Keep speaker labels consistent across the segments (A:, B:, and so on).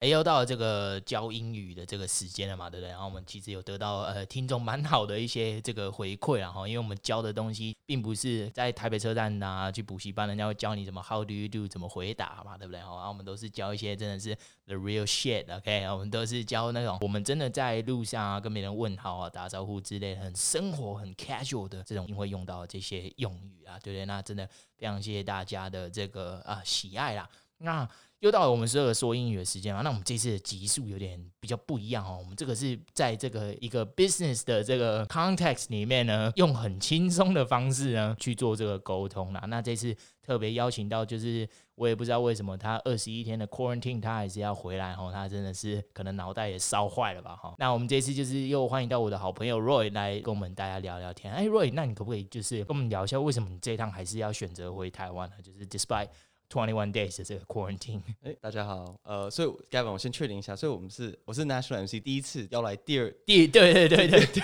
A: 哎，又到了这个教英语的这个时间了嘛，对不对？然后我们其实有得到呃听众蛮好的一些这个回馈啊，哈，因为我们教的东西并不是在台北车站呐、去补习班，人家会教你怎么 How do you do 怎么回答嘛，对不对？哈，然后我们都是教一些真的是 the real shit，OK，、然后我们都是教那种我们真的在路上啊跟别人问好啊、打招呼之类的，很生活、很 casual 的这种会用到的这些用语啊，对不对？那真的非常谢谢大家的这个啊、喜爱啦。那又到了我们这个说英语的时间了。那我们这次的集数有点比较不一样哦。我们这个是在这个一个 business 的这个 context 里面呢，用很轻松的方式呢去做这个沟通啦。那这次特别邀请到，就是我也不知道为什么他二十一天的 quarantine 他还是要回来哦，他真的是可能脑袋也烧坏了吧哈。那我们这次就是又欢迎到我的好朋友 Roy 来跟我们大家聊聊天。哎，Roy，那你可不可以就是跟我们聊一下，为什么你这一趟还是要选择回台湾呢？就是 despite Twenty One Days 的这个 quarantine，
B: 哎，大家好，呃，所以 Gavin，我先确定一下，所以我们是我是 National MC 第一次邀来 第二，
A: 第对对对对 对，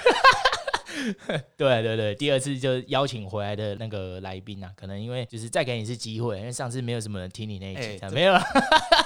A: 对对对，第二次就是邀请回来的那个来宾啊，可能因为就是再给你一次机会，因为上次没有什么人听你那一集
B: 哎，
A: 才没有啦，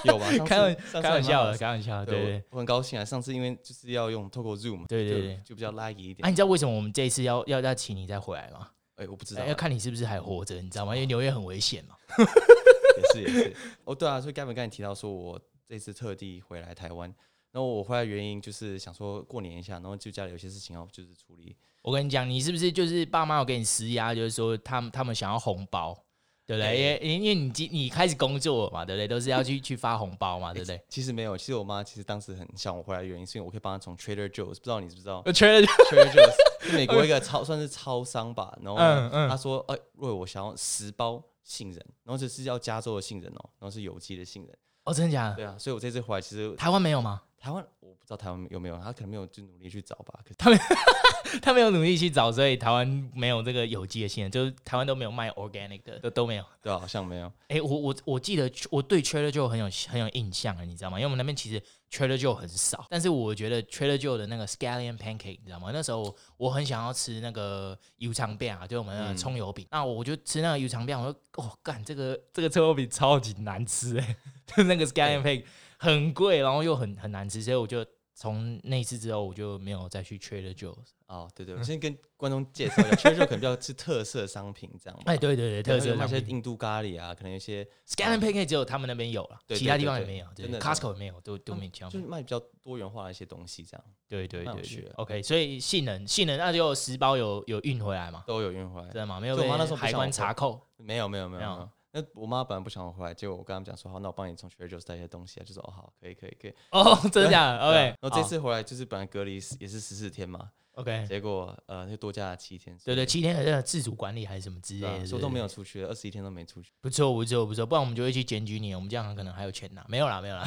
B: 有吧？上次
A: 开玩
B: 上次
A: 开玩笑
B: 还
A: 的，
B: 蛮
A: 开玩笑
B: 好
A: 的，对对
B: 我。我很高兴啊。上次因为就是要用透过 Zoom，
A: 对对
B: 就
A: 对
B: 就比较 laggy 一
A: 哎、啊，
B: 点。
A: 你知道为什么我们这一次要要要请你再回来吗？
B: 哎，我不知道
A: 哎
B: 啊，哦
A: 要看你是不是还活着，你知道吗？因为纽约很危险嘛。
B: 也是也是。哦，对啊，所以 Gavin 刚才提到说我这次特地回来台湾，然后我回来原因就是想说过年一下，然后就家里有些事情要就是处理。
A: 我跟你讲，你是不是就是爸妈有给你施压，就是说他们他们想要红包，对不对？
B: 哎
A: 因为因为你今你开始工作了嘛，对不对？都是要去去发红包嘛，对不对？
B: 其实没有，其实我妈其实当时很想我回来的原因，是因为我可以帮她从 Trader Joe's，不知道你知不知道
A: 我觉得
B: Trader Joe's 是美国一个超算是超商吧，然后呢
A: 嗯嗯
B: 他说，哎、如果我想要十包杏仁，然后这是要加州的杏仁哦，然后是有机的杏仁，
A: 哦，真的假的？
B: 对啊，所以我这次回来其实
A: 台湾没有吗？
B: 台湾我不知道台湾有没有，他可能没有就努力去找吧，可是
A: 他没有努力去找，所以台湾没有这个有机的杏仁，就是台湾都没有卖 organic 的，都都没有。
B: 对啊，好像没有，
A: 哎、我我我记得我对 Trader Joe 很有很有印象了，你知道吗？因为我们那边其实 Trader Joe 很少，但是我觉得 Trader Joe 的那个 scallion pancake，你知道吗？那时候我我很想要吃那个油肠饼啊，就我们那个葱油饼。那我就吃那个油肠饼，我说哦，干这个这个葱油饼超级难吃哎、 就那个 scallion pancake 很贵，然后又很很难吃，所以我就从那次之后我就没有再去 Trader Joe。
B: 哦，对对，
A: 嗯
B: 我先跟观众介绍一下，Trader Joe 可能比较是特色商品这样嘛，
A: 哎，对对对，
B: 可能
A: 特色
B: 有卖
A: 商
B: 一些
A: 品。
B: 印度咖喱啊，可能有一些
A: Scan and Pay 只有他们那边有了，
B: 对
A: 其
B: 对
A: 他
B: 对
A: 地方也
B: 对
A: 没有，对
B: 真的真的嗯
A: Costco 也没有，都都没有。
B: 就是卖比较多元化的一些东西这样，
A: 对对
B: 蛮有
A: 对
B: 趣
A: 对
B: 的
A: ，OK，所以杏仁杏仁那就十包有有运回来嘛，
B: 都有运回来
A: 真，的吗？没有
B: 对
A: 被
B: 我妈那时候不
A: 海
B: 想
A: 关
B: 我
A: 查扣，
B: 没有没有没有
A: 没有
B: 没有。那我妈本来不想我回来，结果我跟他们讲说，好，那我帮你从 Trader Joe's 带一些东西啊，就说哦好，可以可以可以。
A: 哦， 真的假的
B: 对啊
A: ？OK，
B: 然后这次回来就是本来隔离也是十四天嘛，
A: 好 OK，
B: 结果呃就多加了七天，
A: 对对，七天的自主管理还是什么之类
B: 对啊，
A: 的，
B: 所以我都没
A: 有，
B: 有出去，二十一天都没出去。
A: 不错不错不错，不然我们就会去检举你，我们这样可能还有钱拿，没有啦没有 啦，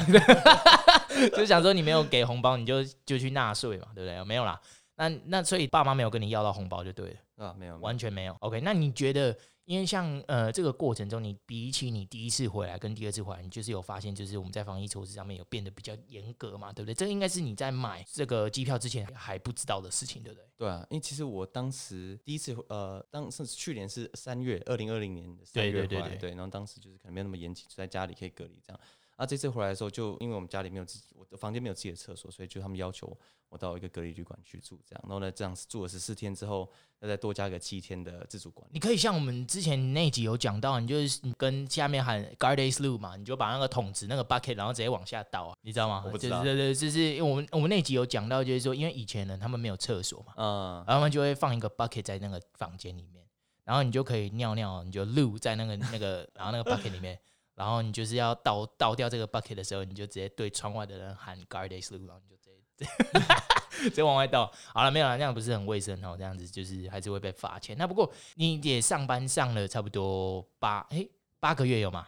A: 就想说你没有给红包，你就就去纳税嘛，对不对？没有啦，那那所以爸妈没有跟你要到红包就对了。
B: 啊，没有，没有
A: 完全没有。OK，那你觉得，因为像呃这个过程中，你比起你第一次回来跟第二次回来，你就是有发现，就是我们在防疫措施上面有变得比较严格嘛，对不对？这个应该是你在买这个机票之前还不知道的事情，对不对？
B: 对啊，因为其实我当时第一次呃，当是去年是三月，二零二零年的三
A: 对
B: 月回
A: 对
B: 来，
A: 对对
B: 然后当时就是可能没有那么严谨，就在家里可以隔离这样。啊，这次回来的时候就因为我们家里没有自己，我的房间没有自己的厕所，所以就他们要求我到一个隔离旅馆去住这样。然后呢，这样住了十四天之后，要再多加个七天的自主管理。
A: 你可以像我们之前那集有讲到，你就是你跟下面喊 guard a slew 嘛，你就把那个桶子那个 bucket，然后直接往下倒、啊，你知道吗？
B: 我不知
A: 就是
B: 道
A: 对对，就是因为我们我们那集有讲到，就是说因为以前人他们没有厕所嘛，
B: 啊、
A: 然后他们就会放一个 bucket 在那个房间里面，然后你就可以尿尿，你就露在那个那个， 然后那个 bucket 里面，然后你就是要倒倒掉这个 bucket 的时候，你就直接对窗外的人喊 guard a slew，然后你就直接 直接往外倒。好了，没有了，那样不是很卫生哦，这样子就是还是会被罚钱。那不过你也上班上了差不多八诶八个月有吗？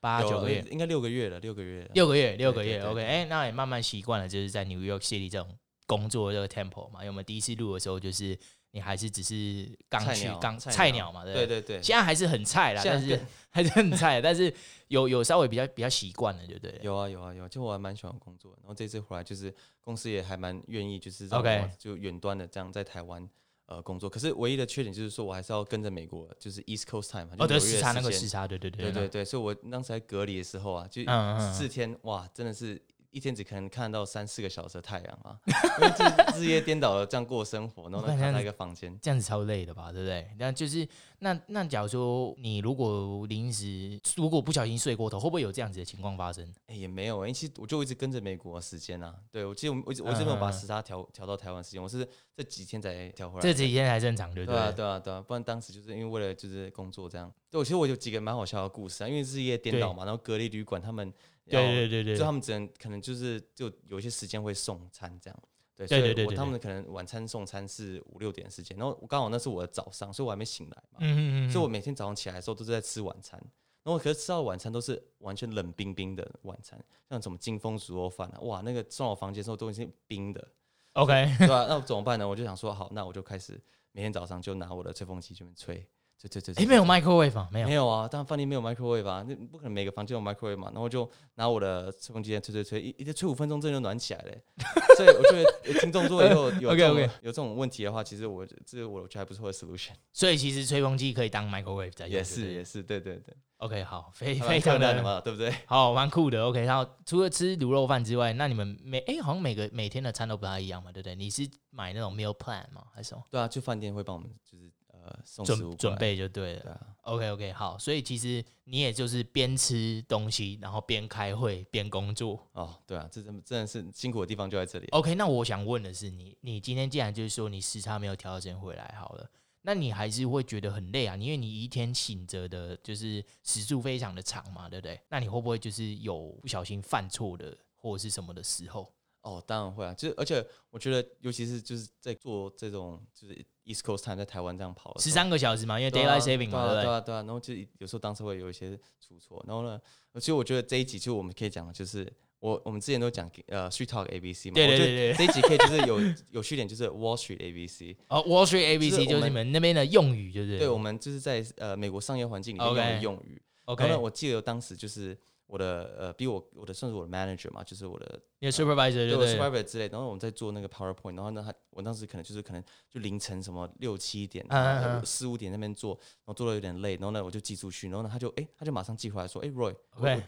A: 八
B: 有呃
A: 九个月，
B: 应该六个月了，六个月了。
A: 六个月，六个
B: 对
A: 月
B: 对
A: ，OK，
B: 对
A: 哎、那也慢慢习惯了，就是在 New York City 这种工作的这个 tempo 嘛。因为我们第一次录的时候，就是你还是只是刚
B: 菜
A: 去
B: 鸟
A: 刚
B: 菜
A: 菜
B: 鸟
A: 鸟嘛，对不
B: 对对对，
A: 现在还是很菜啦，
B: 现在
A: 但是 还是很菜，但是有有稍微比较比较习惯了，对不对了？
B: 有啊有啊有啊，就我还蛮喜欢工作的，然后这次回来就是公司也还蛮愿意，就是让
A: OK
B: 我就远端的这样在台湾呃工作。可是唯一的缺点就是说我还是要跟着美国，就是 East Coast Time，嘛
A: 哦，
B: 就
A: 对，
B: 纽约
A: 时差那个
B: 时
A: 时
B: 间
A: 差，对对对
B: 对对
A: 对
B: 对，所以我当时在隔离的时候啊，就
A: 嗯嗯嗯
B: 四天哇，真的是一天只可能看到三四个小时的太阳啊， 因为日日夜颠倒的这样过生活，然后
A: 我感
B: 呢
A: 觉
B: 卡在
A: 你
B: 一个房间，
A: 这样子超累的吧，对不对？那就是那那假如说你如果临时如果不小心睡过头，会不会有这样子的情况发生？
B: 哎、也没有、欸，其实我就一直跟着美国的时间啊。对，我其实我我一直我一直没有把
A: 嗯
B: 时差调调到台湾时间，我是这几天才调回来的。
A: 这几天还正常，对不
B: 对
A: 对？
B: 啊，对啊，对啊，不然当时就是因为为了就是工作这样。对，我其实我有几个蛮好笑的故事啊，因为日夜颠倒嘛，然后隔离旅馆他们要，
A: 对对对对
B: 就
A: 对
B: 他们只能可能就是就有一些时间会送餐这样。对
A: 对
B: 所以
A: 对对
B: 我
A: 对
B: 他
A: 对
B: 们可能晚餐送餐是五六点的时间，然后我刚好那是我的早上，所以我还没醒来嘛，
A: 嗯嗯嗯，
B: 所以我每天早上起来的时候都是在吃晚餐。然后可是吃到晚餐都是完全冷冰冰的晚餐，像什么金丰猪肉饭啊，哇，那个送到我房间的时候都已经冰的，
A: OK，
B: 对啊，那怎么办呢？我就想说，好，那我就开始每天早上就拿我的吹风机去那边吹，吹吹吹。吹
A: 哎，没有 microwave 吗？没有
B: 没，有啊，但饭店没有 microwave 啊，那不可能每个房间有 microwave 嘛。然后我就拿我的吹风机在吹吹吹，一一直吹五分钟，真的就暖 起来了欸、所以我觉得听众如果有有
A: OK，
B: 这种
A: OK
B: 有这种问题的话，其实我这是我觉得还不错的 solution，
A: 所以其实吹风机可以当 microwave 在用，对
B: 也
A: 不
B: 是
A: 对
B: 也是，对对对，
A: OK，好，非非
B: 还蛮
A: 常
B: 困难
A: 的
B: 的嘛，对不对？
A: 好，蛮酷的 OK。然后除了吃卤肉饭之外，那你们每哎好像每个每天的餐都不太一样嘛，对不对？你是买那种 meal plan 吗？还是什么
B: 对啊，去饭店会帮我们就是呃送食物
A: 准
B: 过
A: 准
B: 来，
A: 备就对了
B: 对。啊，
A: OK OK，好，所以其实你也就是边吃东西，然后边开会边工作。
B: 哦对啊，这真真的是辛苦的地方就在这里。
A: OK，那我想问的是你，你今天既然就是说你时差没有调整回来，好了，那你还是会觉得很累啊，因为你一天醒着的就是时数非常的长嘛，对不对？那你会不会就是有不小心犯错的或者是什么的时候？
B: 哦，当然会啊，就是而且我觉得，尤其是就是在做这种就是 East Coast time 在台湾这样跑的时
A: 十
B: 候，
A: 三个小时嘛，因为
B: 对啊
A: daylight saving 嘛，
B: 对啊
A: 对不
B: 对
A: 对？
B: 啊对啊，然后就有时候当时会有一些出错，然后呢，其实我觉得这一集就我们可以讲的就是。我我们之前都讲呃，Street Talk ABC 嘛，
A: 对对
B: 我觉得
A: 对对
B: 这一集可以就是有有趣点，就是 Wall Street ABC，
A: 哦，Wall Street ABC
B: 就是
A: 就
B: 我
A: 是你
B: 们
A: 们那边的用语，对不对？
B: 对我们就是在呃美国商业环境里面用的
A: OK
B: 用语。然后呢，
A: ，OK，
B: 我记得当时就是我的呃，比我我的算是我的 manager 嘛，就是我的
A: 你的 supervisor 对
B: 对
A: 不
B: 我
A: 对？
B: Survivor 之类，然后我们在做那个 PowerPoint，然后呢，他我当时可能就是可能就凌晨什么六七点，
A: 嗯嗯嗯
B: 四五点那边做，然后做的有点累，然后呢我就寄出去，然后呢他就哎、他就马上寄回来说，哎、Roy，我
A: OK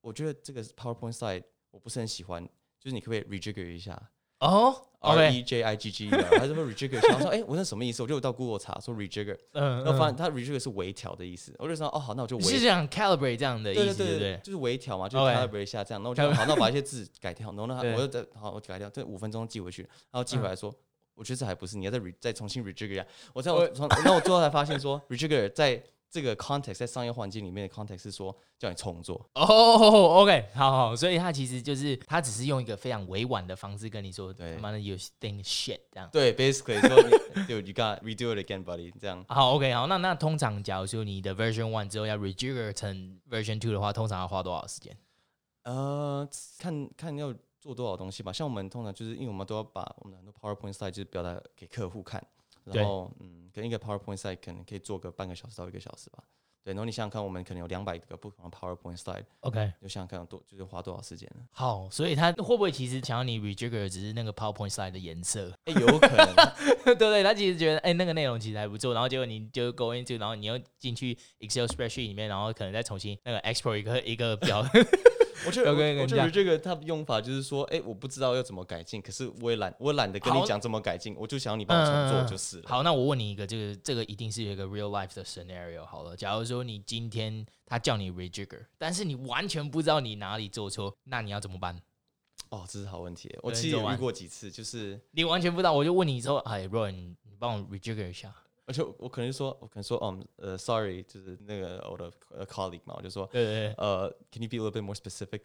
B: 我觉得这个 PowerPoint slide 我不是很喜欢，就是你可不可以 rejigger 一下
A: 哦
B: ？R
A: ，OK，
B: E J I G G，E R，他就说 rejigger，一下我说哎、我那什么意思？我就到 Google 查说 rejigger，
A: 嗯，
B: 然后发
A: 嗯
B: 现他 rejigger 是微调的意思，我就说哦好，那我就微
A: 是想 calibrate 这样的
B: 对
A: 意思，
B: 对
A: 不对？
B: 就是微调嘛，就是
A: OK
B: calibrate 一下这样。然后我 就好，那我把一些字改掉，然后呢，
A: 对
B: 我就再好，我改掉，这五分钟寄回去，然后寄回来说，我觉得这还不是，你要再 re 再重新 rejigger 一下。我在我从，那我最后才发现说，rejigger 在这个 context 在商业环境里面的 context 是说叫你重做，
A: 哦、o k 好好，所以他其实就是他只是用一个非常委婉的方式跟你说，
B: 对
A: 他妈的 you think shit 这样。
B: 对，basically 说，对，you got redo it again, buddy，这样。
A: 好，OK，好，那那通常假如说你的 version one 之后要 rejigger 成 version two 的话，通常要花多少时间？
B: 呃，看看要做多少东西吧。像我们通常就是因为我们都要把我们的很多 PowerPoint slide 就是表达给客户看，
A: 对
B: 然后嗯，跟一个 PowerPoint slide 可能可以做个半个小时到一个小时吧。对，然后你想想看，我们可能有两百个不同的 PowerPoint slide，
A: OK，
B: 你就想想看有多就是花多少时间了。
A: 好，所以他会不会其实想要你 rejigger 只是那个 PowerPoint slide 的颜色，
B: 哎、有可能
A: 对不对？他其实觉得哎、那个内容其实还不错，然后结果你就 go into，然后你又进去 Excel spreadsheet 里面，然后可能再重新那个 export 一个一个表，
B: 我觉得
A: 有
B: 我
A: 可能
B: 我觉
A: 这
B: 得
A: 样
B: 这个它的用法就是说，哎、我不知道要怎么改进，可是我也懒，我也懒得跟你
A: 好
B: 讲怎么改进，我就想要你帮我重
A: 嗯嗯
B: 做
A: 嗯
B: 就是了。
A: 好，那我问你一个，这个这个一定是有一个 real life 的 scenario。好了，假如说你今天他叫你 rejigger，但是你完全不知道你哪里做错，那你要怎么办？
B: 哦，这是好问题。我
A: 对
B: 其
A: 你
B: 实
A: 做
B: 也遇
A: 完
B: 过几次，就是
A: 你完全不知道，我就问你说，哎，Roy，你你帮我 rejigger 一下。
B: 而且我我可能说，我可能说，嗯，呃，sorry，就是那个我的呃 colleague 嘛，我就说，
A: 对对对，
B: 呃，can you be a little bit more specific？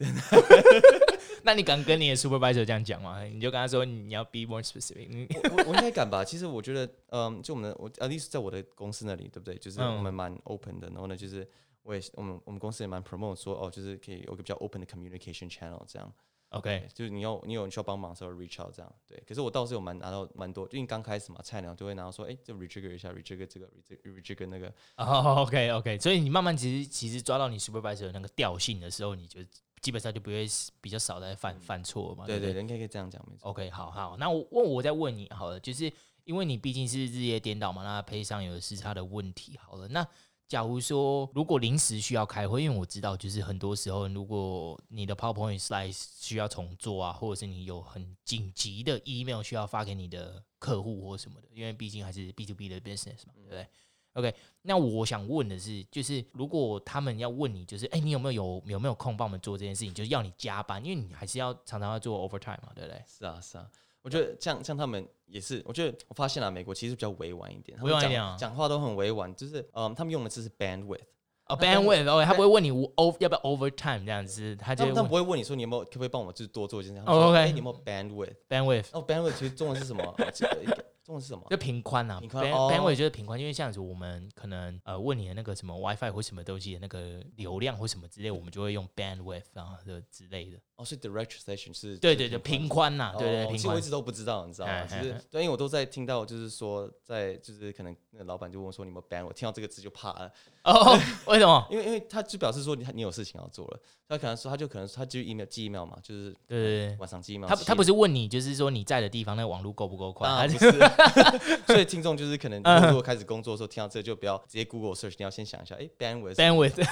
A: 那你敢跟你的 supervisor 这样讲吗？你就跟他说你要 be more specific 你。
B: 我我我应该敢吧？其实我觉得，嗯，就我们的我，at least 在我的公司那里，对不对？就是
A: 嗯
B: 我们蛮 open 的，然后呢，就是我也是我们我们公司也蛮 promote 说，哦，就是可以有一个比较 open 的 communication channel 这样。
A: OK，
B: 就是你有你有需要帮忙的时候 reach out 这样。对，可是我倒是有蛮拿到蛮多，因为刚开始嘛，菜鸟就会拿到说，哎，就 rejigger 一下，rejigger 这个，rejigger rejigger 那个，
A: 哦、o k OK，所以你慢慢其实其实抓到你 supervisor 的那个调性的时候，你就基本上就不会比较少在犯犯错嘛。
B: 啊对
A: 对不
B: 对，应该可以这样讲，没错。
A: OK，好好，那我问我再问你好了，就是因为你毕竟是日夜颠倒嘛，那配上有时差的问题，好了，那假如说如果临时需要开会，因为我知道就是很多时候，如果你的 PowerPoint slide 需要重做啊，或者是你有很紧急的 email 需要发给你的客户或什么的，因为毕竟还是 B to B 的 business 嘛，对不
B: 嗯
A: 对？OK，那我想问的是，就是如果他们要问你，就是哎、你有没有有有没有空帮我们做这件事情，就是要你加班，因为你还是要常常要做 overtime 嘛，对不对？
B: 是啊，是啊。我觉得像像他们也是，我觉得我发现了、美国其实比较委婉一点，他
A: 委
B: 们
A: 婉一
B: 讲
A: 点啊
B: 讲话都很委婉，就是嗯，他们用的字是 bandwidth，
A: 哦、b a
B: 但
A: n d w i d t h 哦，他不会问你 over 要不要 overtime 这样子，他就会
B: 他们他
A: 问
B: 们不会问你说你有没有可不可以帮我就是多做一件事，他
A: 哦
B: 们说
A: ，OK
B: 哎你有没有 bandwidth？
A: bandwidth。
B: 哦，bandwidth 其实中文是什么？呃这个中文是什么？
A: 就平宽啊，
B: 平哦宽
A: band-
B: 哦
A: bandwidth 就是平宽，因为像是我们可能呃问你的那个什么 WiFi 或什么东西的那个流量或什么之类，我们就会用 bandwidth 啊的之类的。
B: 哦，是 direct station 是
A: 对
B: 是
A: 对对，
B: 平
A: 平宽呐，
B: 哦
A: 对对
B: 其
A: 平
B: 实我一
A: 宽
B: 直都不知道，你知道吗？
A: 哎
B: 只
A: 哎
B: 是
A: 哎
B: 对，因为我都在听到，就是说在就是可能那个老板就问我说你有没有 ban，我听到这个字就怕了，
A: 哦， 为什么？
B: 因为因为他就表示说你你有事情要做了，他可能说他就可能他就 email 寄 email 嘛，就是
A: 对对对，
B: 晚上寄 email，
A: 他
B: 寄
A: 他不是问你，就是说你在的地方那个网络够不够快？
B: 啊，
A: 他
B: 不，
A: 就是
B: 所以听众就是可能
A: 嗯
B: 如果开始工作的时候听到这，就不要直接 Google search，你要先想一下，哎，bandwidth，
A: bandwidth。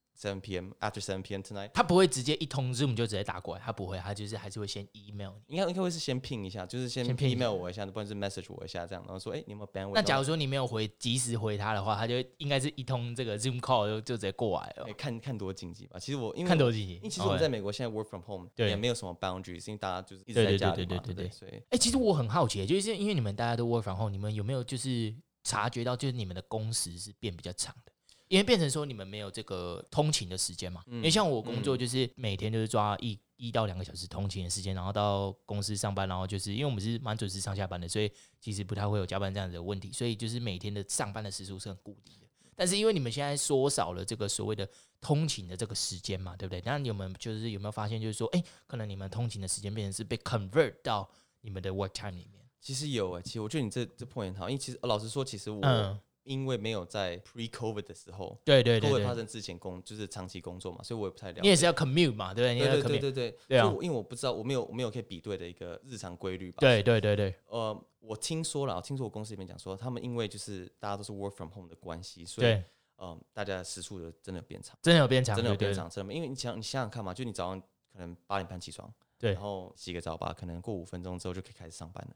B: seven p.m. after seven p.m. tonight？
A: 他不会直接一通 Zoom 就直接打过来，他不会，他就是还是会先 email 你。
B: 应该应该会是先聘一下，就是先
A: 先 ping 一下
B: email 我一下，不然是 message 我一下这样，然后说，哎、你有没有 bandwidth？
A: 那假如说你没有回及时回他的话，他就会应该是一通这个 Zoom call 就就直接过来
B: 然后
A: 了
B: 哎。看看多紧急吧。其实我因为
A: 看
B: 我
A: 多几
B: 因
A: 集
B: 为。其实我们
A: OK
B: 在美国现在 work from home
A: 对
B: 也没有什么 boundaries，因为大家就是一直
A: 对
B: 在
A: 对
B: 家
A: 对
B: 里
A: 对
B: 嘛，
A: 对对
B: 对对
A: 对
B: 所以
A: 哎、其实我很好奇，就是因为你们大家都 work from home，你们有没有就是察觉到，就是你们的工时是变比较长的？因为变成说你们没有这个通勤的时间嘛？因为像我工作就是每天就是抓一一到两个小时通勤的时间，然后到公司上班，然后就是因为我们是蛮准时上下班的，所以其实不太会有加班这样子的问题，所以就是每天的上班的时数是很固定的。但是因为你们现在缩少了这个所谓的通勤的这个时间嘛，对不对？那你有没有就是有没有发现，就是说，哎、可能你们通勤的时间变成是被 convert 到你们的 work time 里面。
B: 其实有哎、其实我觉得你这这 point 很好，因为其实呃老实说，其实我、
A: 嗯，
B: 因为没有在 pre COVID 的时候
A: 对对对
B: ，COVID 发
A: 对，
B: 生之前工就是长期工作嘛，所以我也不太了解。
A: 你也是要 commute 嘛，对不对？你也要
B: 对对
A: commute，
B: 对对
A: 对啊
B: 就我因为我不知道，我没有我没有可以比对的一个日常规律吧。
A: 对对对对，
B: 呃，我听说了，我听说我公司里面讲说，他们因为就是大家都是 work from home 的关系，所以
A: 对，
B: 嗯，大家的时速的真的有变长，
A: 真的有变长，
B: 真的有
A: 对
B: 变
A: 对
B: 长，真的有变。因为你想你想想看嘛，就你早上可能八点半起床，
A: 对
B: 然后洗个澡吧，可能过五分钟之后就可以开始上班了，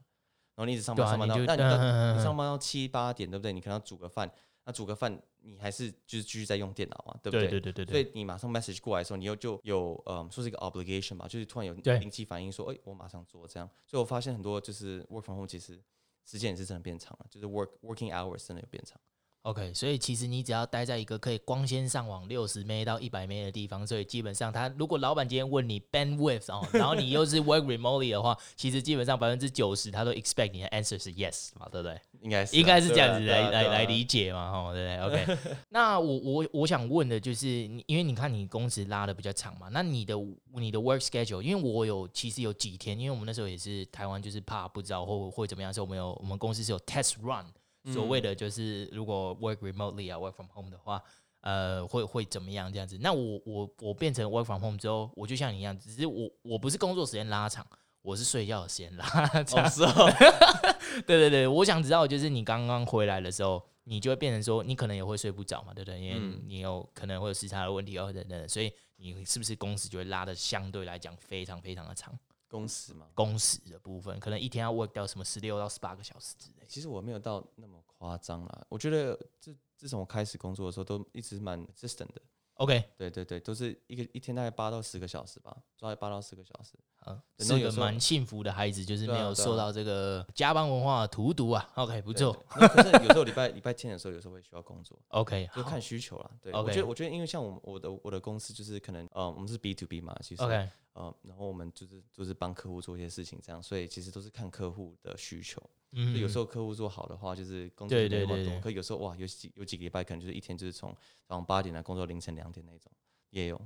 B: 然后你一直上
A: 对
B: 班、
A: 啊，
B: 上班
A: 你
B: 到，
A: 就
B: 那你
A: 嗯
B: 到
A: 嗯嗯
B: 你
A: 嗯
B: 上班到七八点，对不对？你可能要煮个饭，那煮个饭你还是就是继续在用电脑嘛，对不
A: 对对对对
B: 所
A: 对，
B: 以你马上 message 过来的时候，你又就有嗯，说是一个 obligation 吧，就是突然有
A: 对
B: 灵机反应说，哎、我马上做这样。所以我发现很多就是 work from home 其实时间也是真的变长了，就是 work working hours 真的有变长。
A: OK，所以其实你只要待在一个可以光纤上网六十 m 到一百 m 的地方，所以基本上他如果老板今天问你 bandwidth 哦，然后你又是 work remotely 的话，其实基本上百分之九十他都 expect 你的 answer 是 yes 嘛，对不对？
B: 应该是啊
A: 应该是这样子
B: 对
A: 来
B: 啊对啊
A: 来
B: 对啊
A: 来理解嘛，吼，对不对？OK，那 我我我想问的就是，你因为你看你工时拉的比较长嘛，那你的你的 work schedule，因为我有其实有几天，因为我们那时候也是台湾，就是怕不知道会会怎么样，所以我们有我们公司是有 test run，所谓的就是如果 work remotely 啊，work from home 的话。呃，会会怎么样这样子？那我我我变成 work from home 之后，我就像你一样，只是我我不是工作时间拉长，我是睡觉的时间拉长。
B: 哦，是哦，
A: 对对对，我想知道，就是你刚刚回来的时候，你就会变成说，你可能也会睡不着嘛，对不对？因为
B: 嗯
A: 你有可能会有时差的问题哦，等等的，所以你是不是工时就会拉的相对来讲非常非常的长？
B: 工时嘛。
A: 工时的部分，可能一天要 work 掉什么十六到十八个小时之类的。
B: 其实我没有到那么夸张啦，我觉得自自从我开始工作的时候，都一直蛮 consistent 的。
A: OK，
B: 对对对，都是一个一天大概八到十个小时吧，抓八到十个小时。
A: 好，
B: 对
A: 是
B: 那有
A: 个
B: 时候
A: 蛮幸福的孩子，就是
B: 对
A: 没
B: 啊
A: 有
B: 对啊
A: 受到这个加班文化的荼毒啊。OK，不
B: 不
A: 错。。
B: 对可是有时候礼拜礼拜天的时候，有时候会需要工作。
A: OK，
B: 就
A: 好
B: 看需求啦。对
A: OK
B: 我觉得我觉得因为像我们我的我的公司就是可能呃我们是 B to B 嘛，其实
A: OK，
B: 呃然后我们就是就是帮客户做一些事情这样，所以其实都是看客户的需求。就
A: 嗯，
B: 有时
A: 候
B: 候客户做好的话，就是工作
A: 对
B: 就没那
A: 对
B: 么
A: 对
B: 多，
A: 对
B: 可有时候哇有几有几个礼拜可能就是一天就是从早上八点来工作到凌晨两点那种也有。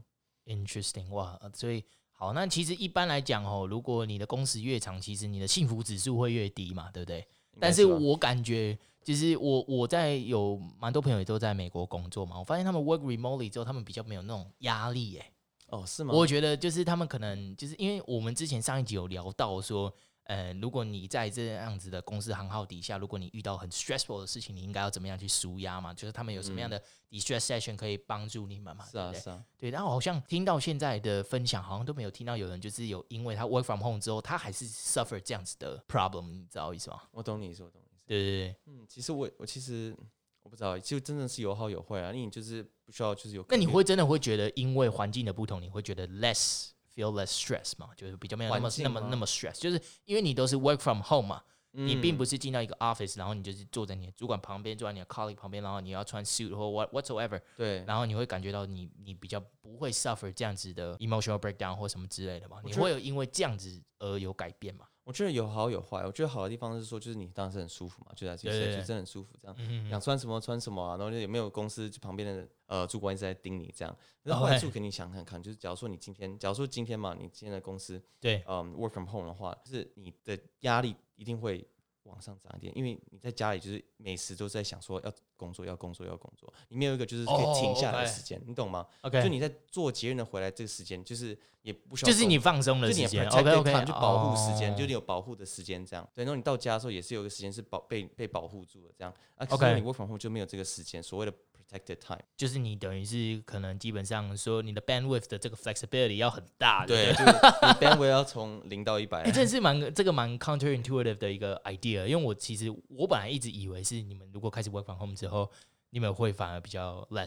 A: interesting 哇，呃所以好，那其实一般来讲哦，如果你的工时越长，其实你的幸福指数会越低嘛，对不对？
B: 应该
A: 但是
B: 吧
A: 我感觉，就是我我在有蛮多朋友也都在美国工作嘛，我发现他们 work remotely 之后，他们比较没有那种压力耶、
B: 哦是吗？
A: 我觉得就是他们可能就是因为我们之前上一集有聊到说，呃，如果你在这样子的公司行号底下，如果你遇到很 stressful 的事情，你应该要怎么样去舒压嘛？就是他们有什么样的 distress session 可以帮助你们嘛？
B: 嗯是
A: 对不
B: 啊
A: 对？
B: 是啊，
A: 对，然后好像听到现在的分享，好像都没有听到有人就是有因为他 work from home 之后，他还是 suffer 这样子的 problem，你知道我意思吗？
B: 我懂你意思，我懂你意思。
A: 对对对，
B: 嗯，其实我我其实我不知道，其实真的是有好有坏啊。你就是不需要就是有，
A: 那你会真的会觉得因为环境的不同，你会觉得 less feel less stress 吗？就是比较没有那么
B: 环境
A: 那么
B: 吗
A: 那么 stress，就是因为你都是 work from home 嘛，你并
B: 嗯
A: 不是进到一个 office，然后你就是坐在你的主管旁边，坐在你的 colleague 旁边，然后你要穿 suit 或 what whatsoever，
B: 对。
A: 然后你会感觉到你你比较不会 suffer 这样子的 emotional breakdown 或什么之类的嘛？
B: 我
A: 你
B: 觉得
A: 会有因为这样子而有改变吗？
B: 我觉得有好有坏。我觉得好的地方是说，就是你当时很舒服嘛，就在其
A: 对
B: 实
A: 对
B: 就
A: 对
B: 真的很舒服这样。
A: 嗯，
B: 想穿什么穿什么啊，然后就也没有公司就旁边的呃主管一直在盯你这样。那
A: 哦哎
B: 坏处肯定想看看，就是假如说你今天，假如说今天嘛，你今天的公司
A: 对，
B: 嗯 work from home 的话，就是你的压力一定会往上涨一点，因为你在家里就是每时都在想说要工作要工作要工作，你没有一个就是可
A: 哦
B: 以停下来的
A: OK
B: 时间你懂吗？
A: OK，
B: 就你在做节日的回来这个时间，就是也不需要
A: 就是
B: 工
A: 你放松的
B: 就你
A: 时
B: 也
A: 间哦
B: protect
A: ，OK
B: your
A: OK，
B: time，就保护时间，就你
A: 是
B: 有保护的时间这样。对，然后你到家的时候也是有一个时间是保被被保护住的这样。啊，可
A: OK
B: 是你 work from home 就没有这个时间，所谓的 protected time。
A: 就是你等于是可能基本上说你的 bandwidth 的这个 flexibility 要很大，不
B: 对，就是你 bandwidth 要从零到一百
A: 哎、。这是蛮这个蛮 counterintuitive 的一个 idea，因为我其实我本来一直以为是你们如果开始 work from home 之后，你们会反而比较 less
B: 我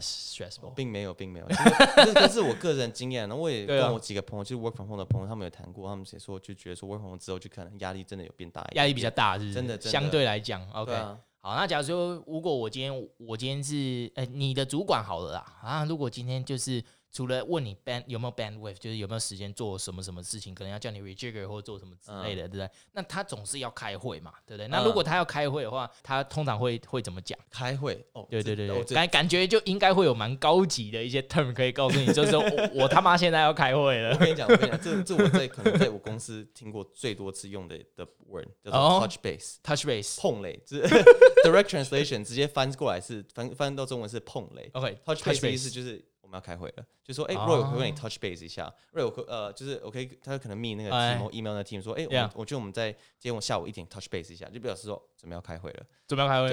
A: stressful。
B: 并没有，并没有，就是这这是我个人经验。然后我也
A: 对啊
B: 跟我几个朋友，就是 work from home 的朋友，他们有谈过，他们也说就觉得说 work from home 之后，就可能压力真的有变大一点，
A: 压力比较大，是不是
B: 真的真的
A: 相对来讲，OK、
B: 对啊，
A: 好，那假如说，如果我今天我今天是，呃、你的主管好了啦，啊，如果今天就是除了问你 band 有没有 bandwidth，就是有没有时间做什么什么事情，可能要叫你 rejigger 或做什么之类的，对
B: 嗯
A: 不对？那他总是要开会嘛，对不对？那如果他要开会的话，他通常会会怎么讲？
B: 开会哦，
A: 对对
B: 这
A: 对
B: 哦
A: 对，
B: 这
A: 感感觉就应该会有蛮高级的一些 term 可以告诉你，就是 说我我他妈现在要开会
B: 我
A: 了。
B: 跟你讲，我跟你讲，这这我在可能在我公司听过最多次用的的 word 叫
A: 哦
B: 做 touch base。
A: Touch base，OK，、
B: 碰雷， 就是 direct translation 直接翻过来是翻翻到中文是碰雷。touch base 的意思就是我们要开会了，就说哎、
A: 哦
B: Roy，我可以跟你 touch base 一下。Roy，我可呃，就是我可以，他可能密那个
A: 哎
B: team 或 email 的 team 说，哎、我
A: Yeah
B: 们我觉得我们在今天我下午一点 touch base 一下，就表示说准备要开会了。
A: 准备要开会。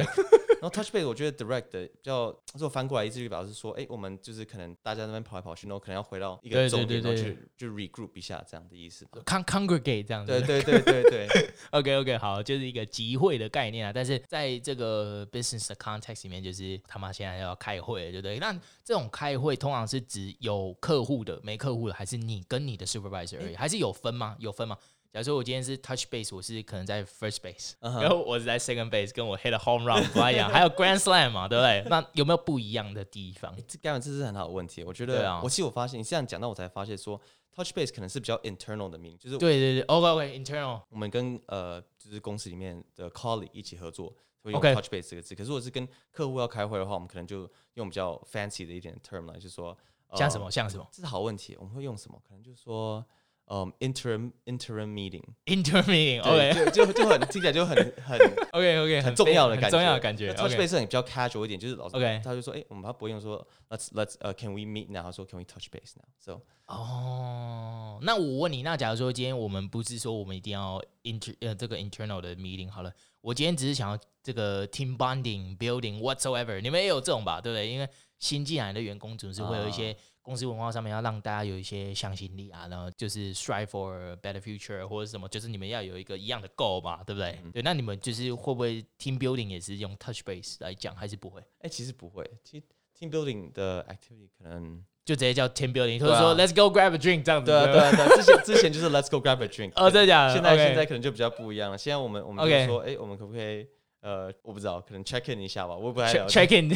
B: 然后 touch base 我觉得 direct 的比较，如果翻过来意思就表示说，哎、我们就是可能大家那边跑来跑去，然后可能要回到一
A: 对对
B: 个重点，
A: 对
B: 然后
A: 对
B: 去就 regroup 一下这样的意思吧。
A: Con congregate 这样子
B: 对对对对对，
A: ，OK OK，好，就是一个集会的概念啊。但是在这个 business 的 context 里面，就是他妈现在要开会了，对不对？那这种开会通常是指有客户的、没客户的，还是你跟你的 supervisor 而已？还是有分吗？有分吗？假如说我今天是 touch base，我是可能在 first base，、
B: 嗯哼
A: 然后我是在 second base，跟我 hit a home run 不 太一样，还有 grand slam 嘛，对不对？那有没有不一样的地方？
B: 这当然这是很好的问题。我觉
A: 对
B: 得，
A: 啊
B: 我其实我发现你这样讲到，我才发现说，touch base 可能是比较 internal 的名，就是
A: 对对对，OK OK，internal，
B: 我们跟呃就是公司里面的 colleague 一起合作会用
A: OK
B: touch base 这个字。可是如果是跟客户要开会的话，我们可能就用比较 fancy 的一点 term 来，就是说、呃
A: 像什么？像什么
B: 这是好问题，我们会用什么？可能就是说。嗯、i n t e r i m interim meeting，
A: ，interim meeting，OK
B: 对，就就就很听起来就很很
A: OK OK，很
B: 重要的
A: 非
B: 感觉，
A: 很重要的感觉
B: 那 touch
A: ，OK。
B: base 是很比较 casual 一点，就是老师
A: OK
B: 他就说，哎、我们他不会用说 let's let's 呃、can we meet now，他说 can we touch base now，so
A: 哦，那我问你，那假如说今天我们不是说我们一定要 inter 呃这个 internal 的 meeting 好了，我今天只是想要这个 team bonding building whatsoever，你们也有这种吧，对不对？因为新进来的员工总是会有一
B: 啊
A: 些公司文化上面要让大家有一些向心力啊，然后就是 strive for a better future 或者什么，就是你们要有一个一样的 goal 嘛，对不对？
B: 嗯
A: 对，那你们就是会不会 team building 也是用 touch base 来讲，还是不会？
B: 哎、其实不会，其实 team building 的 activity 可能
A: 就直接叫 team building，或
B: 对
A: 者
B: 啊
A: 说 let's go grab a drink 这样子。
B: 对啊
A: 不
B: 对啊对啊，之前 之前就是 let's go grab a drink，
A: 嗯哦，真的假的？
B: 现在
A: OK
B: 现在可能就比较不一样了。现在我们我们
A: OK
B: 就说，哎、我们可不可以呃，我不知道，可能 check in 一下吧，我也不太
A: check
B: 了解。
A: check in，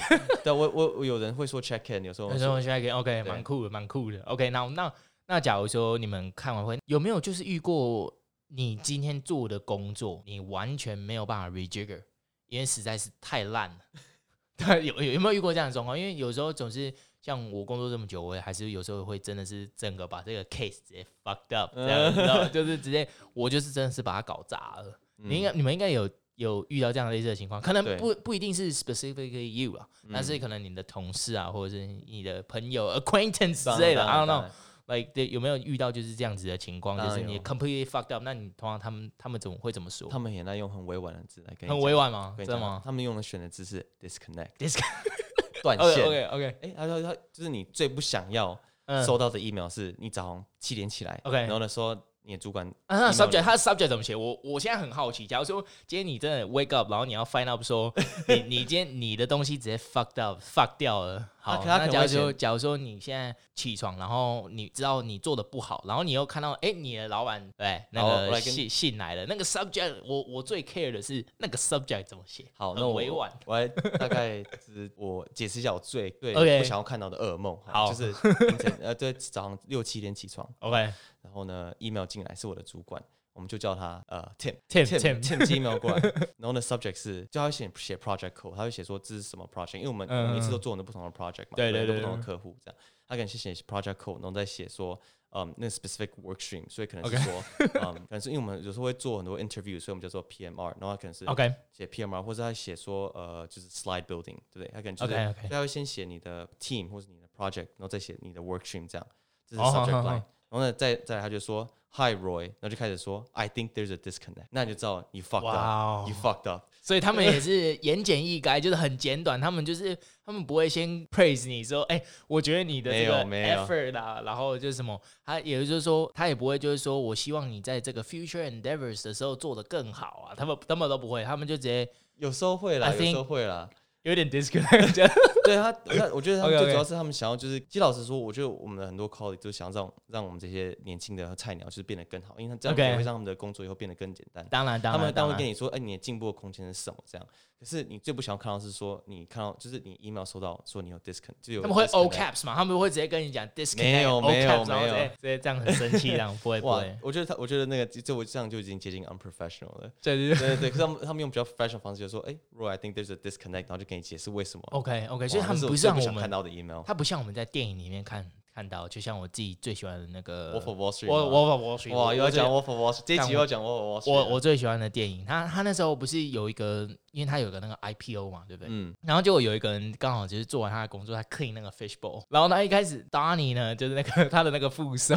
B: 对，我我我有人会说 check in，有时候
A: 有
B: 我们
A: 时
B: 说
A: 候现在可以 OK，
B: 对
A: 蛮酷的，蛮酷的。OK，那那那假如说你们看完会，有没有就是遇过你今天做的工作，你完全没有办法 rejigger，因为实在是太烂了？ 对，有有有没有遇过这样的状况？因为有时候总是像我工作这么久，我也还是有时候会真的是整个把这个 case 直接 fucked up，这样、你知道吗，就是直接我就是真的是把它搞砸了。你应该你们应该有有遇到这样类似的情况，可能
B: 嗯对嗯
A: 不不一定是 specifically you 啊，但是可能你的同事啊，或者是你的朋友 acquaintance 之类的
B: 当然
A: ，I don't
B: 当
A: know
B: 然。
A: like they- 有没有遇到就是这样子的情况，
B: 当
A: 就
B: 然
A: 是你
B: 有
A: completely fucked up，那你通常他们他们怎么会怎么说？
B: 他们很爱用很委婉的字来
A: 很
B: 跟你讲
A: 委婉吗？
B: 我跟
A: 真
B: 你
A: 的
B: 讲
A: 吗
B: 他们用的选的字是 disconnect
A: ？Discount
B: 断线。
A: OK OK，
B: 哎，他说他就是你最不想要
A: 哦嗯
B: 收到的 email 是你早上七点起来
A: OK
B: 然后呢说你的主管
A: 啊，那
B: email
A: subject
B: 里
A: 它的 subject 怎么写？我我现在很好奇，假如说今天你真的 wake up，然后你要 find up 说你你今天你的东西直接 fucked up fuck 掉了，好，
B: 啊可他
A: 那
B: 可能
A: 假如
B: 会
A: 说
B: 写
A: 假如说你现在起床，然后你知道你做的不好，然后你又看到哎、你的老板对那
B: 好我
A: 个
B: 来跟
A: 信信来了，那个 subject 我我最 care 的是那个 subject 怎么写，
B: 好，
A: 很
B: 那我
A: 委婉，
B: 我来大概只我解释一下我最对
A: OK
B: 不想要看到的噩梦。
A: 好
B: 就是凌晨呃，对，早上六七点起床，
A: OK
B: 然后呢，email 进来是我的主管，我们就叫他呃 Tim
A: Tim
B: Tim
A: Tim
B: Tim 寄 email 过来， 然后呢 subject 是叫他写写 project code，他会写说这是什么 project，因为我们我们每次都做很多不同的 project 嘛，
A: 嗯对对
B: 很多
A: 对
B: 不同的
A: 对
B: 客户这样，他可能是写 project code，然后再写说。嗯，那 specific work stream，所以可能是说嗯，可能是因为我们有时候会做很多 interview，所以我们叫做 PMR，然后他可能是
A: OK
B: 写 PMR，或者他写说呃就是 slide building，对不对？他可能就是
A: OK，OK
B: 所以他会先写你的 team 或者你的 project，然后再写你的 work stream 这样，这是
A: 哦
B: subject
A: 好
B: line。
A: 好
B: 然后呢，再再来他就说 Hi Roy，然后就开始说 I think there's a disconnect，那你就知道你 fucked
A: 哇哦
B: up，you fucked up。
A: 所以他们也是言简意赅，就是很简短。他们就是他们不会先 praise 你说，哎、我觉得你的这个
B: 没有没有
A: effort 啊，然后就是什么，他也就是说，他也不会就是说我希望你在这个 future endeavors 的时候做得更好啊。他们他们都不会，他们就直接
B: 有时候会啦
A: I
B: 有时
A: think-
B: 候会啦。
A: 有点 disconnect 这样。
B: 对他，他我觉得他 们
A: OK，OK
B: 最主要是他们想要就是，其实老实说，我觉得我们的很多 colleague 都想让让我们这些年轻的菜鸟就是变得更好，因为他这样
A: OK
B: 也会让他们的工作以后变得更简 单。
A: 当然当
B: 他
A: 然，
B: 们
A: 当
B: 当然会
A: 然
B: 跟你说，哎，你的进步的空间是什么？这样，可是你最不想要看到是说，你看到就是你 email 收到说你有 disconnect，就有
A: 他们会
B: disconnect
A: all caps 嘛，他们会直接跟你讲 disconnect，
B: 没有
A: all
B: 没有
A: caps，然后
B: 没
A: 直
B: 有
A: 接直接这样很生气，这样不会不
B: 哇
A: 会，，
B: 我觉得他，我觉得那个这我这样就已经接近 unprofessional 了。
A: 对对对。
B: 对对对，可是他们他们用比较 professional 的方式就说，哎、r o y I think there's a disconnect，然后就给你解释为什么。
A: OK
B: 哇
A: OK，所以他
B: 那
A: 们
B: 是
A: 不
B: 我
A: 是
B: 最
A: 像
B: 不
A: 我
B: 想
A: 们
B: 看到的 email。
A: 它不像我们在电影里面看看到，就像我自己最喜欢的那个
B: Wolf of Wall Street
A: 我
B: 吗
A: 我我我
B: 哇，又要讲
A: 我
B: Wolf of Wall Street，这一集又要讲 Wolf of Wall
A: 最
B: Street
A: 我
B: 了。
A: 我最喜欢的电影，他他那时候不是有一个，因为他有个那个 IPO 嘛，对不对？
B: 嗯，
A: 然后结果有一个人刚好就是做完他的工作，他 clean 那个 fishbowl，然后他一开始 Donny 呢，就是那个 他的那个副手，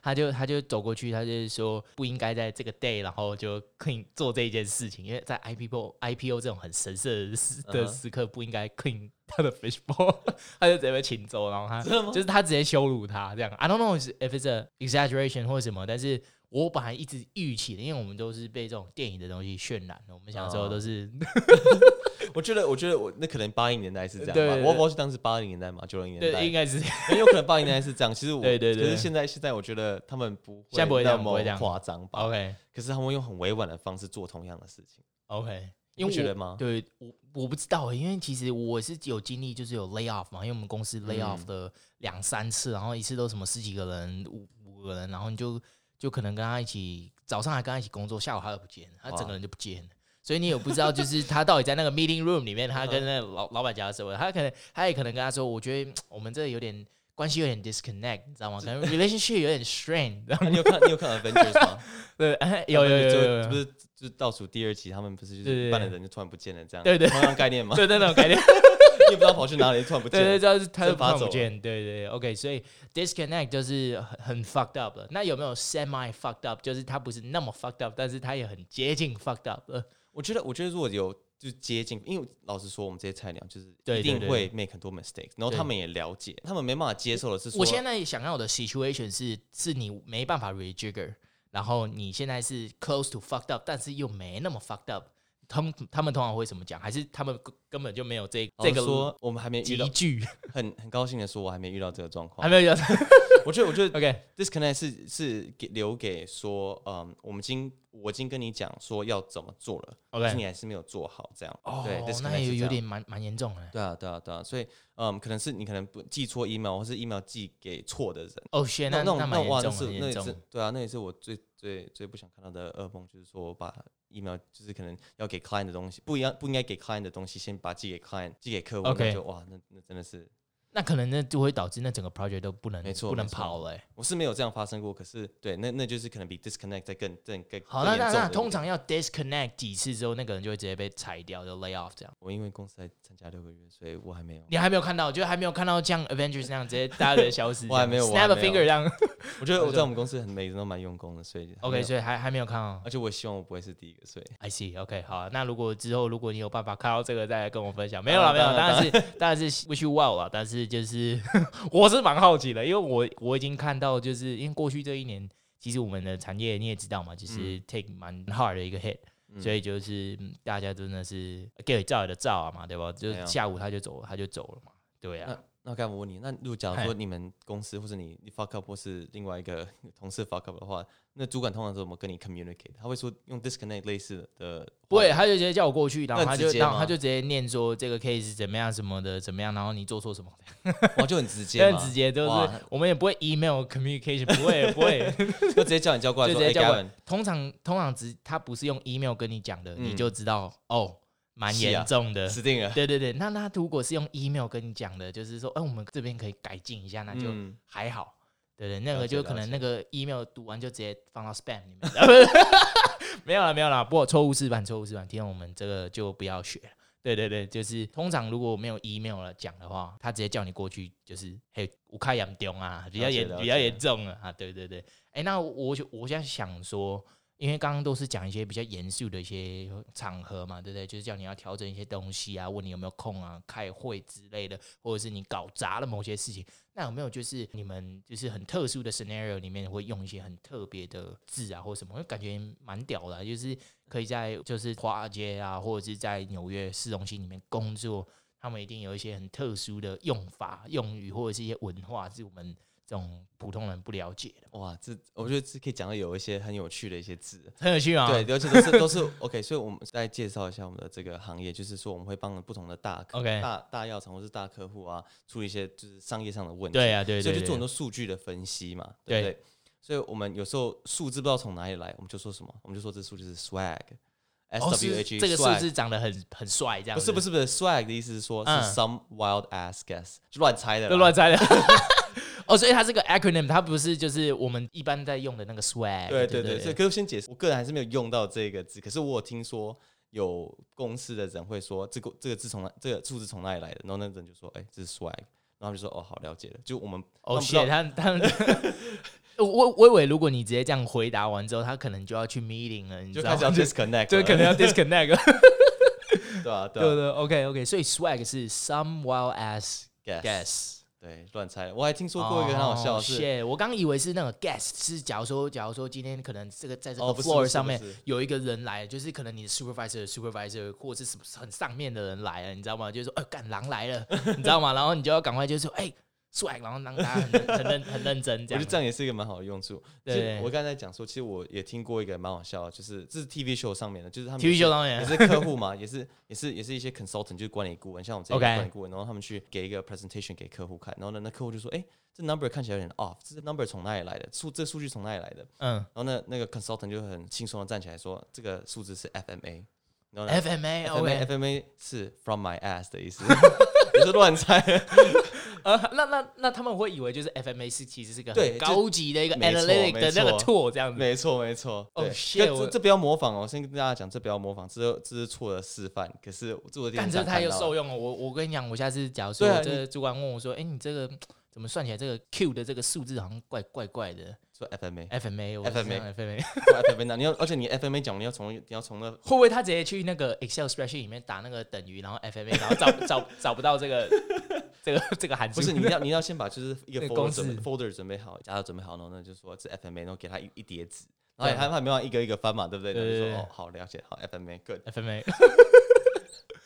A: 他就他就走过去，他就是说不应该在这个 day，然后就 clean 做这一件事情，因为在 IPO IPO 这种很神圣的时
B: 嗯
A: 的
B: 哼
A: 时刻不应该 clean 他的 fishbowl，他 就直接被请走，然后他
B: 真的吗
A: 就是他直接羞辱他这样。I don't know if it's a exaggeration 或者什么，但是我本来一直预期的，因为我们都是被这种电影的东西渲染的，我们小时候
B: 哦
A: 都是、
B: 我觉得我觉得我那可能八零年代是这样吧
A: 对对对
B: ，Wolf of Wall Street 当时八零年代嘛，九零年
A: 对， 应
B: 代，
A: 该是
B: 很有可能八零年代是这样。其实我，
A: 对对对
B: 可是现在现在我觉得他们不
A: 现在不会这
B: 那
A: 样不
B: 么
A: 会这样
B: 夸张吧？
A: OK
B: 可是他们用很委婉的方式做同样的事情，
A: OK，
B: 你
A: 因
B: 不
A: 为
B: 觉
A: 我
B: 得吗？
A: 对我我不知道欸，因为其实我是有经历，就是有 lay off 嘛，因为我们公司 lay off 了两三次，然后一次都什么十几个人、五五个人，然后你就就可能跟他一起早上还跟他一起工作，下午他又不见了，他整
B: 哇
A: 个人就不见了。所以你也不知道，就是他到底在那个 meeting room 里面，他跟那个老老板讲什么？他可能他也可能跟他说，我觉得我们这有点关系有点 disconnect，你知道吗？可能 relationship 有点 strain，然后
B: 啊你有看 你有看 Avengers 吗？
A: 对， 有有有有有，
B: 就不是就是倒数第二集，他们不是就
A: 对对
B: 是
A: 对
B: 一半的人就突然不见了这样，
A: 对对
B: 同样概念嘛，
A: 对那种感觉。
B: 你也不知道跑去哪里，突然不见
A: 对对，
B: 了。
A: 知道是他
B: 蒸
A: 的
B: 发
A: 看不
B: 走
A: 见，对对对，OK，所以 disconnect 就是很很 fucked up 了。那有没有 semi fucked up？就是它不是那么 fucked up，但是它也很接近 fucked up 了。
B: 我觉得我觉得如果有就接近，因为老实说，我们这些菜鸟就是
A: 对
B: 一定
A: 对
B: 会 make 很多 mistakes，然后
A: 对
B: 他们也了解，他们没办法接受的是说，
A: 我现在想要的 situation 是，是你没办法 rejigger，然后你现在是 close to fucked up，但是又没那么 fucked up。他们他们通常会怎么讲？还是他们根根本就没有这
B: 老
A: 这
B: 实
A: 个
B: 哦说我们还没遇
A: 集
B: 到，
A: 聚，
B: 很很高兴的说，我还没遇到这个 状
A: 还
B: 况。
A: 没有遇到。
B: 我觉得我觉得
A: OK，
B: disconnect 是是给留给说，嗯，我们已经我已经跟你讲说要怎么做了，
A: OK
B: 但是你还是没有做好这样。
A: 哦
B: 对，
A: 那
B: disconnect 是
A: 也
B: 这
A: 有
B: 样
A: 点蛮蛮严重的。
B: 对啊，对啊，对啊，所以嗯，可能是你可能不寄错 email，或是 email 寄给错的人。
A: 哦，天，
B: 那
A: 那
B: 种那
A: 蛮严
B: 哇，那
A: 重的，
B: 是
A: 很
B: 那
A: 严
B: 也
A: 重
B: 是。对啊，那也是我最最最不想看到的噩梦，就是说我把 email 就是可能要给 client 的东西，不一样不应该给 client 的东西，先把寄给 client 寄给客户，那
A: OK
B: 就哇，那那真的是
A: 那可能那就会导致那整个 project 都不能
B: 没错
A: 不能
B: 没错
A: 跑了欸、
B: 我是没有这样发生过，可是对，那那就是可能比 disconnect 再更更更
A: 好，
B: 更
A: 那
B: 严
A: 那
B: 重
A: 那
B: 的
A: 通
B: 一个
A: 常要 disconnect 几次之后，那个人就会直接被裁掉，就 lay off 这样。
B: 我因为公司才参加六个月，所以我还没有，
A: 你还没有看到，就还没有看到像 Avengers 那样直接大家都消失这样，
B: 我还没有我
A: snap
B: 还
A: a
B: 没有
A: finger 这样。
B: 我觉得我在我们公司很每个人都蛮用功的，所以还没
A: OK，
B: 有
A: 所以还还没有看哦。
B: 而且我也希望我不会是第一个， 所以
A: I see. OK，好啊、那如果之后如果你有办法看到这个，再来跟我分享。没有啦，
B: 当然
A: 没有啦，
B: 哦
A: 当
B: 当然
A: 然是当然是 wish you well 啦。但是就是 我是蛮好奇的，因为我我已经看到，就是因为过去这一年，其实我们的产业你也知道嘛，就是
B: 嗯
A: take 蛮 hard 的一个 hit，、所以就是嗯大家真的是给照的照啊嘛，对吧？就
B: 哎呀
A: 是下午他就走，他就走了嘛，对啊
B: 那。那该我问你，那如果假如说你们公司或是你你 fuck up 或是另外一个同事 fuck up 的话，那主管通常怎么跟你 communicate？他会说用 disconnect 类似的的，
A: 不会，，他就直接叫我过去，然后
B: 那
A: 他
B: 直
A: 就
B: 接
A: 然后
B: 吗
A: 他就直接念说这个 case 怎么样什么的怎么样，然后你做错什么。
B: 哇哦就很直接
A: 这
B: 嘛，
A: 样直接 就
B: 哇
A: 是我们也不会 email communication，不会不 会，
B: 就直接叫你叫过来
A: 就
B: 说，
A: 直接
B: 哎
A: 叫过来
B: Gavin，
A: 通常通常只他不是用 email 跟你讲的，
B: 嗯
A: 你就知道哦，蛮
B: 是啊
A: 严重的。
B: 死定了，
A: 对对对，那那如果是用 email 跟你讲的，就是说，哎、我们这边可以改进一下， 那就
B: 嗯
A: 还好。对对，那
B: 了
A: 个
B: 解
A: 就可
B: 了
A: 能
B: 解
A: 那个 email 读完就直接放到 spam 里面。 啊不是没有了，没有了，不过错误示范，错误示范，听我们这个就不要学了。对对对，就是通常如果没有 email 了讲的话，他直接叫你过去，就是嘿，我开严重啊，比较
B: 了解
A: 严
B: 了
A: 比较
B: 解
A: 严重了啊，对对对。哎、那我就我现在想说，因为刚刚都是讲一些比较严肃的一些场合嘛，对不对？就是叫你要调整一些东西啊，问你有没有空啊，开会之类的，或者是你搞砸了某些事情，那有没有就是你们就是很特殊的 scenario 里面会用一些很特别的字啊，或什么？因为感觉蛮屌的啊、就是可以在就是华尔街啊，或者是在纽约市中心里面工作，他们一定有一些很特殊的用法、用语，或者是一些文化是我们这种普通人不了解的，
B: 哇，这我觉得这可以讲到有一些很有趣的一些字，
A: 很有趣啊。
B: 对，而且都是都是 OK，所以我们再介绍一下我们的这个行业，就是说我们会帮不同的大客
A: OK
B: 大大药厂或是大客户啊，处理一些就是商业上的问题，
A: 对啊，对
B: 所
A: 对对
B: 以就做很多数据的分析嘛，对不对？所以我们有时候数字不知道从哪里来，我们就说什么，我们就说这数字是 swag，S
A: 哦
B: W
A: 是
B: H
A: 这个数字长得很很帅，这样
B: 不是不
A: 是
B: 是不是 swag 的意思是说是
A: 嗯
B: some wild ass guess，就乱猜的啦，
A: 都乱 猜的。哦，所以它是个 acronym，它不是就是我们一般在用的那个 swag
B: 对
A: 哎对。
B: 对对，所以可是先解释，我个人还是没有用到这个字，可是我有听说有公司的人会说这个这个字从哪这个数字从哪里来的，然后那个人就说哎、这是 swag，然后他们就说哦好了解了，就我们
A: 哦，
B: 他们不知道
A: 谢他他们。 我我我以为，如果你直接这样回答完之后，他可能就要去 meeting 了，你
B: 就
A: 知
B: 开
A: 道
B: 始要
A: 吗？
B: disconnect，
A: 就
B: 了
A: 可能要 disconnect，了
B: 对啊对
A: 对不
B: 啊
A: 对？OK OK，所以 swag 是 some wild ass
B: ，guess
A: guess。哦
B: 对乱猜，我还听说过一个很好笑的是，
A: 谢，我刚以为是那个 guest，是假如说，假如说今天可能这个在这个
B: 哦不是
A: floor
B: 不是
A: 上面
B: 不是
A: 有一个人来，就是可能你的 supervisor、supervisor 或者是什么很上面的人来了，你知道吗？就是说，呃，干狼来 了，你知道吗？然后你就要赶快就说，哎、swag，然后让大家很认 很认很认真这
B: 我觉
A: 样
B: 得。这样也是一个蛮好的用处。
A: 对
B: 其实我刚才讲说，其实我也听过一个蛮好笑的，就是这是 TV show 上面的，就是他们
A: TV
B: 也是
A: show 上面
B: 也是客户嘛，也是也是也是一些 consultant，就是管理顾问，像我们这些
A: OK
B: 管理顾问，然后他们去给一个 presentation 给客户看，然后呢，那客户就说，哎、这 number 看起来有点 off，这 number 从哪里来的？数这数据从哪里来的？
A: 嗯
B: 然后呢，那个 consultant 就很轻松的站起来说，这个数字是 FMA，然后呢。
A: ，FMA OK，
B: FMA FMA 是 from my ass 的意思， 也是乱猜。
A: 呃，那那那他们会以为就是 FMA 是其实是一个
B: 对
A: 很
B: 就
A: 高级的一个
B: 没错
A: analytic 的那个
B: 没
A: tool 这样子。
B: 没错，没错。
A: Oh
B: 对
A: shit，
B: 可
A: 我
B: 这这不要模仿哦，先跟大家讲，这不要模仿，这这是错的示范。可是这我
A: 干这太有
B: 又
A: 受用了，我我跟你讲，我下次假如说
B: 对啊
A: 我这个主管问我说，哎、你这个怎么算起来这个 Q 的这个数字好像怪怪怪的
B: 说 FMA，FMA，
A: ？FMA 我就
B: FMA
A: 这样 FMA
B: 那你要，而且你 FMA 讲，你要从你要从那
A: 会不会他直接去那个 Excel spreadsheet 里面打那个等于，然后 FMA，然后找找找不到这个 这个这个函数？
B: 不是你要你要先把就是一个
A: 那个
B: folder
A: 公式
B: 准备 folder 准备好，家都准备好，然后呢就说这 FMA，然后给他一一叠纸，然后他他没办法一个一个翻嘛，对不对？然后
A: 啊对
B: 就
A: 对
B: 说
A: 对
B: 哦，好了解，好 FMA，good。
A: FMA。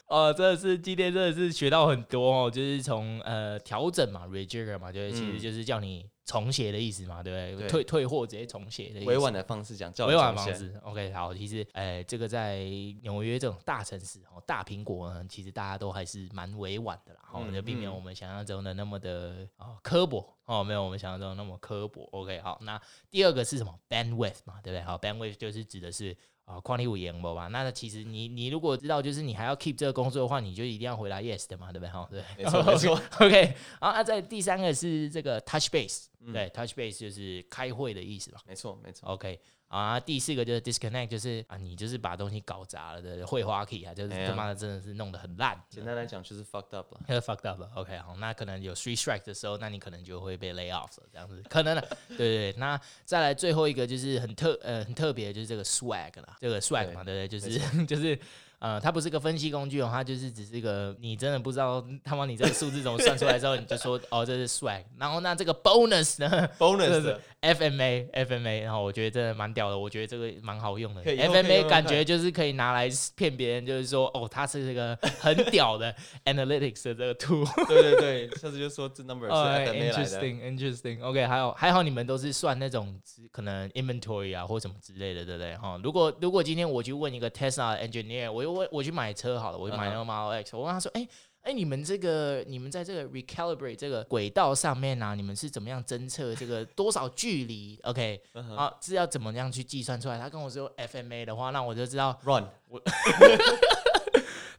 A: 哦，真的是今天真的是学到很多哦，就是从呃调整嘛，rejigger 嘛，就是其实
B: 嗯
A: 就是叫你重写的意思嘛，对不
B: 对
A: 对？退退货直接重写的意思。
B: 委婉的方式讲，叫我
A: 委婉
B: 重
A: 方
B: 写
A: 式。OK，好，其实，呃，这个在纽约这种大城市哦，大苹果呢，其实大家都还是蛮委婉的啦，哦，
B: 嗯
A: 就避免
B: 嗯
A: 我们想象中的那么的哦刻薄哦，没有我们想象中的那么刻薄。OK，好，那第二个是什么？bandwidth 嘛，对不对？好，bandwidth 就是指的是啊，矿力五言不吧？那其实你你如果知道，就是你还要 keep 这个工作的话，你就一定要回答 yes 的嘛，对不对？哈，对，
B: 没错没错。
A: OK，然后那在第三个是这个 touch base，、对，touch
B: 嗯
A: base 就是开会的意思嘛。
B: 没错没错，
A: OK，啊，第四个就是 disconnect，就是啊，你就是把东西搞砸了的会花 key 啊，就是
B: 哎呀
A: 他妈的真的是弄得很烂，
B: 简单来讲就是 fucked up 了。
A: 呃 fucked up 了。OK，好，那可能有 three strike 的时候，那你可能就会被 lay off 了，这样子可能的。对对对，那再来最后一个就是很特呃很特别的，就是这个 swag 啦，这个 swag 嘛，对不对？就是 就是。呃，它不是个分析工具哦，它就是只是一个你真的不知道他妈你这个数字怎么算出来之后，你就说哦这是 swag，然后那这个 bonus 呢
B: bonus
A: 真的
B: 的
A: 是 FMA FMA，然后我觉得真的蛮屌的，我觉得这个蛮好用的。
B: 可以以后可以用
A: FMA
B: 用
A: 感
B: 看
A: 觉就是可以拿来骗别人，就是说哦，它是这个很屌的 analytics 的这个 tool。
B: 对对对，下次就说这 number 是
A: 哎
B: FMA 来的。
A: interesting interesting。OK，还有还好你们都是算那种只可能 inventory 啊或什么之类的，对不对？哈，如果如果今天我去问一个 Tesla engineer，我又问我去买车好了，我去
B: Uh-huh
A: 买那个 Model X，我问他说，哎、哎，你们这个，你们在这个 recalibrate 这个轨道上面啊，你们是怎么样侦测这个多少距离？OK，
B: 嗯哼
A: 啊，是要怎么样去计算出来？他跟我说 FMA 的话，那我就知道
B: Run，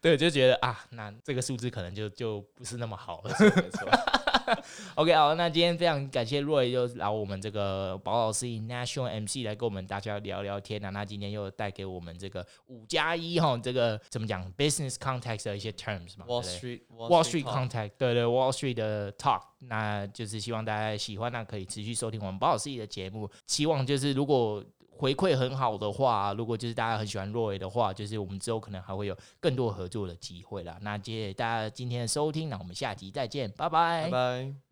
A: 对，就觉得啊，那这个数字可能就就不是那么好了。
B: 没错，
A: OK，好，那今天非常感谢若 o 又来我们这个宝老师 National MC 来跟我们大家聊聊天啊。那今天又带给我们这个五加一哈，这个怎么讲 business context 的一些 terms 嘛
B: Wall
A: 对不对
B: Street
A: Wall Street
B: Talk
A: contact，对对，Wall Street 的 talk，那就是希望大家喜欢，那可以持续收听我们宝老师的节目。希望就是如果回馈很好的话，如果就是大家很喜欢若伟的话，就是我们之后可能还会有更多合作的机会啦。那谢谢大家今天的收听，那我们下集再见，拜拜
B: 拜拜。